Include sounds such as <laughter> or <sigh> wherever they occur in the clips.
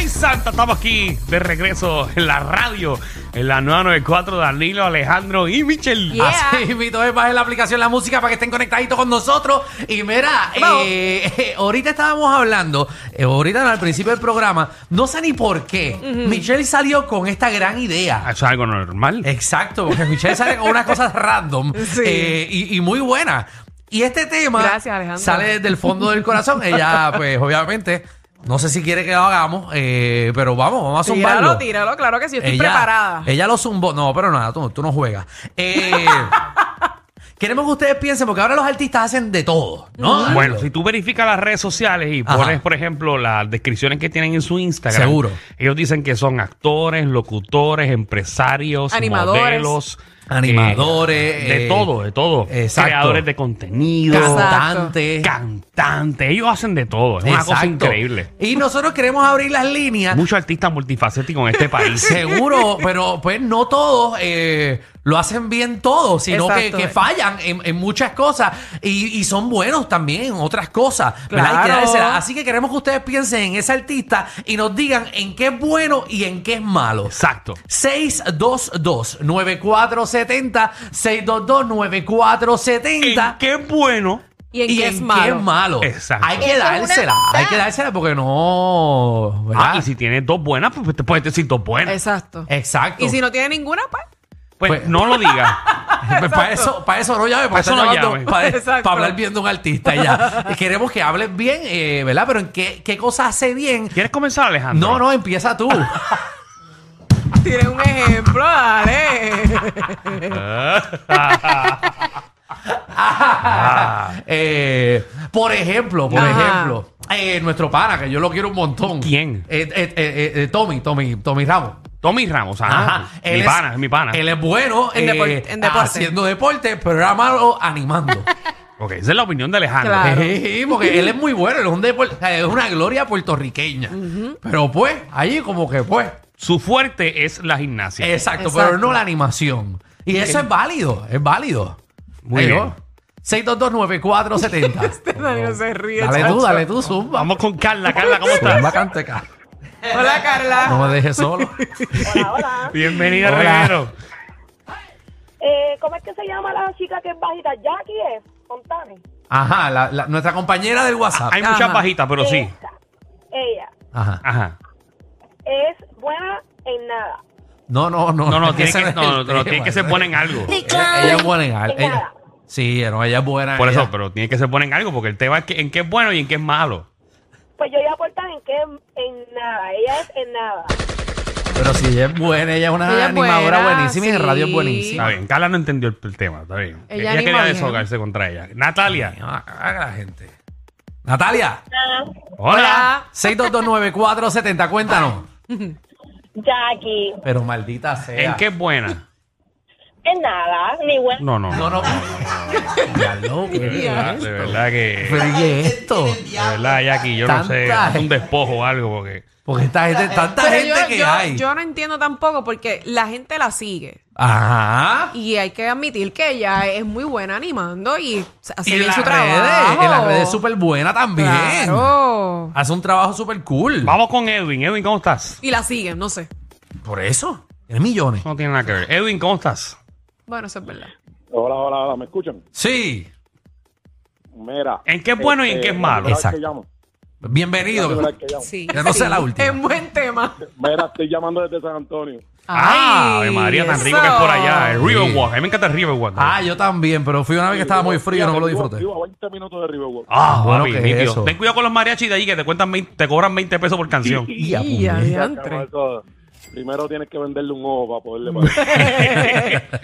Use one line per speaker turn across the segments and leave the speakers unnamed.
estamos aquí de regreso en la radio, en la 994, Danilo, Alejandro y Michel.
Yeah.
Así <laughs> invito es bajen la aplicación La Música para que estén conectaditos con nosotros. Y mira,
Vamos.
eh, eh, <laughs> ahorita estábamos hablando, eh, ahorita no, al principio del programa, no sé ni por qué, Michelle salió con esta gran idea.
Ah, Eso es algo
Eh.
normal.
Exacto, porque Michelle sale con unas cosas random
<laughs> Sí.
eh, y, y muy buenas. Y este tema
Gracias, Alejandro.
sale desde el fondo del corazón. Ella, pues, obviamente, no sé si quiere que lo hagamos, eh, pero vamos, vamos a
Tíralo,
zumbarlo.
tíralo, claro que sí, yo estoy
Ella- eh,
preparada.
Ella lo zumbó. No, pero nada, tú, tú no juegas. Eh,
<laughs>
queremos que ustedes piensen, porque ahora los artistas hacen de todo, ¿no?
Mm.
Bueno, si tú verificas las redes sociales y
Ajá.
pones, por ejemplo, las descripciones que tienen en su Instagram,
Seguro.
ellos dicen que son actores, locutores, empresarios,
Animadores.
modelos,
Animadores,
eh, de
eh,
todo, de todo,
exacto.
creadores de contenido,
Exacto.
Cantante.
cantantes, ellos hacen de todo, es una cosa
Exacto.
increíble.
Y nosotros queremos abrir las líneas.
Muchos artistas multifacéticos en este
<laughs>
país.
Seguro, pero pues no todos eh, lo hacen bien todos, sino que,
Exacto.
que fallan en, en muchas cosas y, y son buenos también en otras cosas. ¿verdad? Hay que
Claro.
dársela. Así que queremos que ustedes piensen en ese artista y nos digan en qué es bueno y en qué es malo.
Exacto.
622-9470, 622-9470.
¿En qué bueno?
¿Y en qué es malo?
Exacto.
Hay que dársela, hay que dársela porque no... ¿verdad?
Ah, y si tienes dos buenas, pues te puedes decir dos buenas.
Exacto.
Exacto.
Y si no tiene ninguna, pues.
Pues,
Pues-
no
<laughs>
lo digas.
para eso, para eso no llame, para,
Pa' eso no llame.
para,
Exacto.
hablar bien de un artista y
<laughs>
ya. Y Queremos que hables bien, eh, ¿verdad? Pero en qué, qué cosa hace bien.
¿Quieres comenzar, Alejandro?
No, no, empieza tú.
Tiene un ejemplo,
<laughs>
dale.
Ah.
<laughs> Eh, por ejemplo, por
Ajá.
ejemplo, eh, nuestro pana, que yo lo quiero un montón.
¿Quién?
Eh, eh, eh, eh, Tommy, Tommy, Tommy Ramos.
Tommy Ramos, ajá. Ah, Mi
él
pana, es mi pana.
Él es bueno
En
eh,
depor- en deporte.
haciendo deporte, pero era malo animando.
Ok, esa es la opinión de Alejandro.
<laughs> Claro.
Sí, porque él es muy bueno, él es, un depor- o sea, es una gloria puertorriqueña. Pero pues, ahí como que pues.
Su fuerte es la gimnasia.
Exacto,
Exacto.
pero no la animación. Y eso es válido, es válido.
Muy bien.
<laughs>
6229470.
Este Danilo se ríe.
dale
chacho.
tú, dale tú, zumba.
Vamos con Carla. Carla, ¿cómo estás?
Zumba, cante, ca-
Hola, Carla.
No me dejes solo.
Bienvenida,
Hola.
Reguero.
Eh, ¿Cómo es que se llama la chica que es bajita? Jackie es, Fontane.
Ajá, la- la- nuestra compañera del WhatsApp.
Hay muchas
Ajá.
bajitas, pero Oh, sí.
Esa, ella
Ajá.
Ajá.
es buena en nada.
No, no, no.
No, no,
<laughs>
tiene
ese
que,
es
no, no,
el
pero tiene
tema.
que ser buena en algo.
Ella, ella es buena en algo. Ella- Sí, no, ella es buena.
Por eso,
ella-
pero tiene que ser buena en algo, porque el tema es que, en qué es bueno y en qué es malo.
Pues yo voy a aportar en que en nada. Ella es en nada.
Pero si ella es buena, ella es una
Ella es
animadora
buena,
buenísima y en
sí.
radio es buenísima.
Está bien, Carla no entendió el, el tema, está bien.
Ella
Ella,
anima
quería
bien.
desahogarse contra ella. Natalia,
No, Ah, haga la gente. Natalia,
hola.
6229470, cuéntanos.
Jackie,
Pero maldita sea.
¿En qué es buena?
en nada, ni buena.
No, no,
No,
no.
no. Ya loco,
De verdad, de verdad
Pero
que...
¿y esto?
De verdad, Jackie, yo no sé,
Tanta-
es un despojo o algo, porque...
Porque esta gente, tanta
Pero
gente
yo,
que
yo-
hay.
yo no entiendo tampoco porque la gente la sigue.
Ajá.
Y hay que admitir que ella es muy buena animando y hace
Y en
bien
las
su
redes,
trabajo.
en las redes es súper buena también.
Claro.
Hace un trabajo súper cool.
Vamos con Edwin. Edwin, ¿cómo estás?
Y la siguen, no sé.
Por eso, tiene millones.
No tiene nada que ver. Edwin, ¿cómo estás?
Bueno, eso es verdad.
Hola, hola, hola, ¿me escuchan?
Sí,
Mira. este,
¿En qué es bueno y en qué es malo?
Exacto.
bienvenido.
Sí.
Ya no sé
sí.
la última.
Es buen tema.
Mira, estoy llamando desde San Antonio.
Ah, Ave María, tan rico que es por allá. El
Sí.
Riverwalk. A mí me encanta el Riverwalk.
Ah, yo también, pero fui una vez Ah, que estaba muy frío, no me lo
Vivo-
disfruté.
vivo a 20 minutos de Riverwalk.
Ah,
bueno,
papi,
¿qué es
nítido.
eso?
Ten cuidado con los mariachis de allí que te, cuentan 20 te cobran 20 pesos por canción.
Y a
Y
puñet.
adiantre.
Eso, Primero tienes que venderle un ojo para poderle pagar.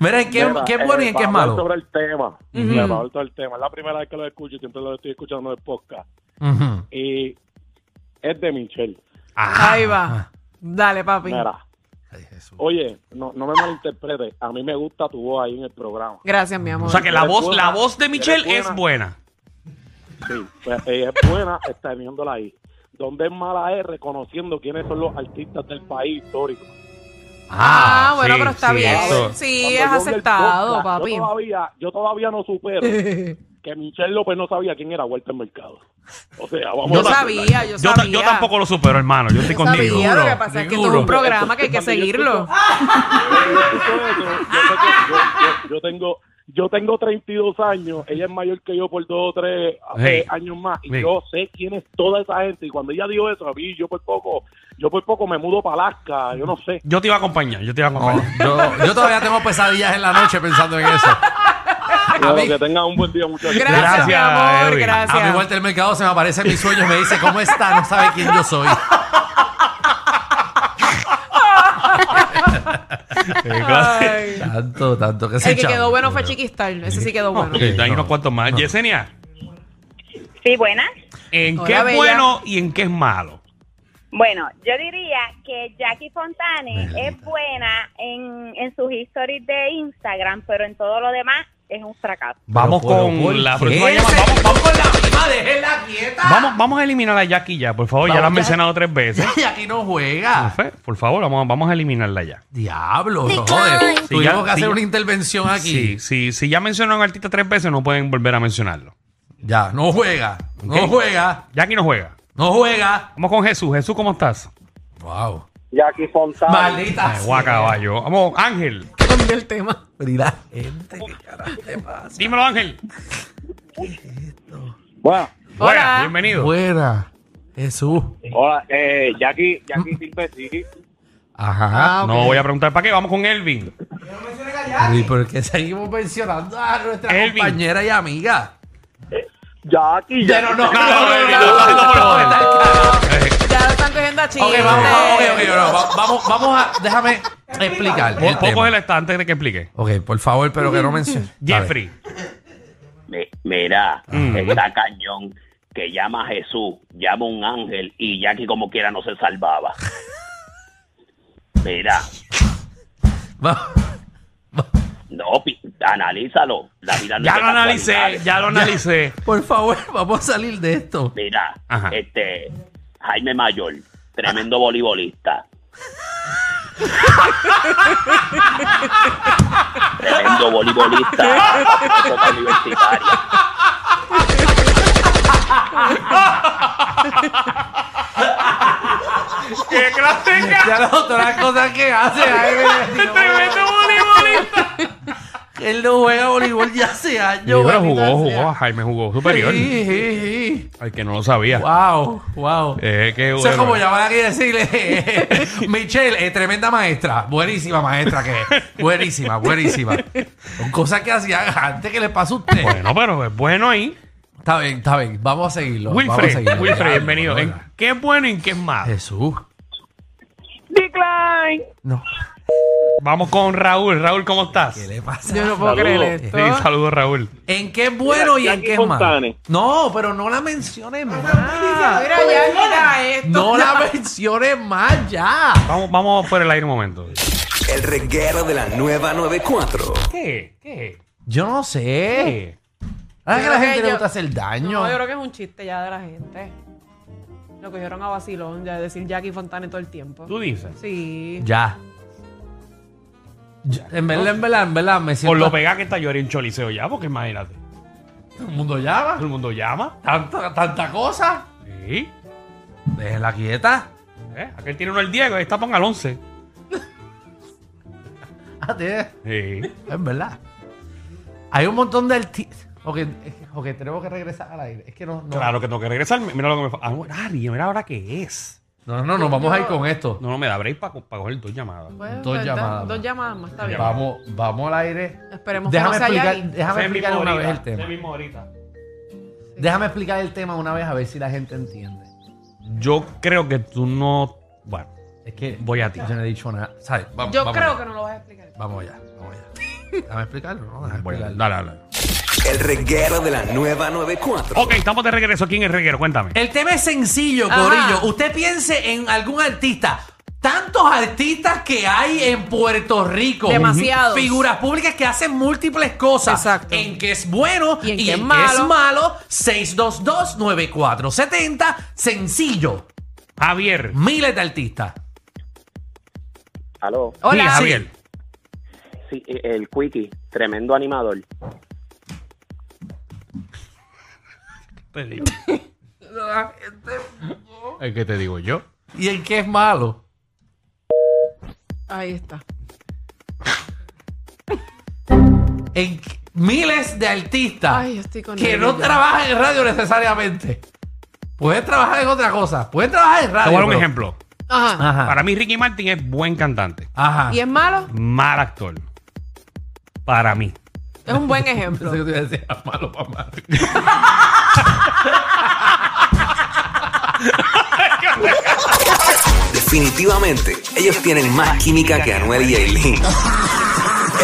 Mira, ¿en qué,
Mira,
qué es bueno y
eh,
en qué es
para hablar
malo?
Sobre el tema. Mira, para hablar sobre el tema. Es la primera vez que lo escucho y siempre lo estoy escuchando en el podcast.
Ujú.
Y es de Michelle.
Ajá.
Ahí
Ah.
va. Dale, papi.
Mira,
Ay, Jesús.
oye, no, no me malinterpretes. A mí me gusta tu voz ahí en el programa.
Gracias, mi amor.
O sea que la
Eres
voz,
buena.
la voz de
Eres
Michelle es
buena.
buena.
Sí, pues, ella es buena está viéndola ahí. Donde es mala es reconociendo quiénes son los artistas del país histórico.
Ah,
Ah,
bueno,
sí,
pero está
sí,
bien.
eso.
Sí,
Cuando
es
yo vi el
aceptado,
podcast,
papi. <laughs>
Yo todavía, yo todavía no supero que Michelle López no sabía quién era Walter Mercado. O sea, vamos
Yo
a
sabía, yo
Yo, ta-
sabía.
yo tampoco lo supero, hermano. Yo estoy
Yo
contigo.
sabía, lo que
Duro,
pasa es que
duro.
esto es un programa que hay que seguirlo.
Yo, yo- yo tengo yo tengo 32 años, ella es mayor que yo por dos o tres
Hey.
eh, años más y
Hey.
yo sé quién es toda esa gente y cuando ella dijo eso, a mí yo por poco yo por poco me mudo para Alaska, yo no sé.
Yo te iba a acompañar, yo te iba a
No,
acompañar.
yo, yo todavía tengo pesadillas en la noche pensando en eso.
Pero
mí-
que tengan un buen día muchachos.
Gracias,
Gracias,
mi amor,
Edwin.
A mí
gracias.
Walter Mercado se me aparece en mis sueños y me dice, ¿cómo está? No sabe quién
<laughs>
yo soy.
<laughs> Eh, claro.
Ay.
Tanto, tanto que <laughs> se
El que
chavo.
quedó bueno fue Chiquistal, ese sí quedó bueno.
Eh, Hay
no,
unos cuantos más. Yesenia,
Sí, buenas.
¿en
Hola,
qué es
bella.
bueno y en qué es malo?
Bueno, yo diría que Jackie Fontane
Mira.
es buena en, en sus historias de Instagram, pero en todo lo demás es un fracaso.
Vamos
Pero, pero, ¿por
con la
qué?
próxima llamada.
Se-
Vamos,
con la misma, déjenla quieta.
vamos,
<laughs>
vamos a eliminar a Jackie ya, por favor. ya
Vamos,
la han
ya.
mencionado tres veces.
Y aquí no juega.
Fe, Por favor, vamos, vamos a eliminarla ya.
Diablo, no, joder.
Sí,
Tuvimos
ya-
que hacer
sí.
una intervención aquí.
Sí, sí, si ya mencionaron a un artista tres veces, no pueden volver a mencionarlo.
Ya, no juega. No
Ok.
juega.
Jackie no juega.
No juega.
Vamos con Jesús. Jesús, ¿cómo estás?
Wow.
Jackie Fontana.
Maldita.
Ay, guau, caballo. Vamos, Ángel.
Cambió el tema.
Pero y la gente, ¿qué carajo te pasa?
Dímelo, Ángel.
Bueno,
Buenas,
Hola.
bienvenido.
Buena. Jesús.
hola, eh, Jackie, Jackie Silvestri.
Ah,
Ajá.
No voy a preguntar para qué. Vamos con Elvin.
¿Y por qué seguimos mencionando a nuestra
Elvin.
compañera y amiga?
Jackie,
Ya no, no, no,
No, no,
no,
Elvin,
no,
lo
no,
siento por
no,
joder.
no, no.
Ya lo están cogiendo a chiste.
Ok, vamos, vamos, ok, ok, no, no, va- vamos, vamos a, déjame explicar el
Pon- pon-
tema.
Cógela esta antes de que explique.
Ok, por favor, pero que no menciones.
<laughs> Jeffrey.
Mi- Mira,
Mm.
está cañón que llama a Jesús, llama a un ángel y Jackie como quiera no se salvaba. Mira,
Dale. Va-
no, pi- analízalo. La vida no es
Ya
de
lo analicé,
casualidades.
ya lo analicé.
Por favor, <laughs> vamos a salir de esto.
Mira,
Ajá.
este, Jaime Mayor, tremendo voleibolista. tremendo
<laughs>
voleibolista. época universitaria.
¡Qué clásica!
Ya las
<laughs>
otras cosas que hace. ay, me-
voleibolista!
Él no juega voleibol ya hace años.
Pero
maldita
jugó,
sea.
jugó. Jaime jugó superior.
Sí, sí, sí.
Al que no lo sabía.
Wow, wow.
Eh, qué
Eso es
bueno.
como llamar aquí y decirle, <laughs> eh, eh, Michelle, eh, tremenda maestra, buenísima maestra que es, buenísima, buenísima. Son cosas que hacía antes que le pasó a usted.
Bueno, pero es bueno ahí.
Está bien, está bien, vamos a seguirlo. vamos a
Wilfred,
seguirlo.
Wilfred,
Ya,
bienvenido. ¿eh?
bueno,
¿En qué es bueno y en qué es malo?
Jesús.
Decline.
No,
Vamos con Raúl. Raúl, ¿cómo estás?
¿qué le pasa?
Yo no puedo
Saludos.
creer
Sí,
esto.
saludos, Raúl.
¿En qué es bueno y en
Jackie
qué es malo?
Fontane.
No, pero no la menciones
Ah,
más.
Mira, ya mira esto.
No la menciones más ya.
Vamos, vamos por el aire un momento.
El reguero de la nueva 94.
¿Qué? ¿Qué?
Yo no sé.
¿Qué?
Ahora que
Yo
la
creo
gente
que
le
yo-
gusta hacer daño.
No, yo creo que es un chiste ya de la gente. Lo cogieron a vacilón, ya de decir Jackie Fontane todo el tiempo.
¿Tú dices?
Sí.
Ya. Ya, En verdad, en verdad, en verdad, me siento.
Por lo pegada que está yo haría un choliseo ya, porque imagínate.
Todo el mundo
Todo
llama.
el mundo llama.
Tanta, tanta cosa.
Sí.
Déjenla quieta. <laughs>
¿Eh? Aquel tiene uno al Diego, ahí está ponga al 11.
Ah, tiene-
Sí.
Es verdad. Hay un montón de artistas. Ok, es que- ok, tenemos que regresar al aire. Es que no. no
Claro que tengo que regresar. Mira lo que me fa- Ah, horario, mira ahora qué es.
No, no, no, vamos a ir con esto.
No, no me da break para coger dos llamadas.
Pues,
Dos
¿verdad?
llamadas
Dos
más.
llamadas más, está bien.
Vamos, vamos al aire.
Esperemos
déjame
que no sea
explicar,
Jackie.
Ese mismo
déjame explicar una vez
ahorita,
el tema.
ese mismo ahorita.
Déjame explicar el tema una vez a ver si la gente entiende.
Yo creo que tú no. Bueno,
Es que
Voy a ti.
Yo no he dicho nada. ¿Sabes? Vamos,
Yo
vamos
creo
allá.
que no lo vas a explicar.
Vamos allá, vamos allá. Déjame explicarlo, ¿no? Déjame
voy a-
explicarlo.
dale, dale.
El reguero de la nueva 94.
Ok, estamos de regreso aquí en el reguero. Cuéntame.
El tema es sencillo,
Ajá.
Corillo. Usted piense en algún artista. Tantos artistas que hay en Puerto Rico.
Demasiados.
Figuras públicas que hacen múltiples cosas.
Exacto.
En que es bueno y en, que, es malo. 622-9470. Sencillo.
Javier.
Miles de artistas.
Aló.
Sí,
Hola.
Javier.
Sí, eh, el Quickie, tremendo animador.
Te digo.
<laughs> La gente-
Es que te digo yo.
¿Y el que es malo?
Ahí está.
En qu- miles de artistas
Ay, estoy con
Ah. que
nervios
no
ya.
trabajan en radio necesariamente. Pueden trabajar en otra cosa. Pueden trabajar en
Te
radio.
voy a dar un
pero-
ejemplo.
Ajá.
Ajá.
Para mí, Ricky Martin es buen cantante,
Ajá.
¿Y es malo?
mal actor. Para mí.
Es un buen
Pensé
ejemplo.
que te iba a decir, "Ah, malo pa' malo".
Definitivamente, ellos tienen más química que Anuel y Aileen.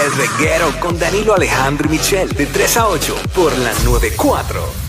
El reguero con Danilo Alejandro y Michel de 3 a 8 por la 94.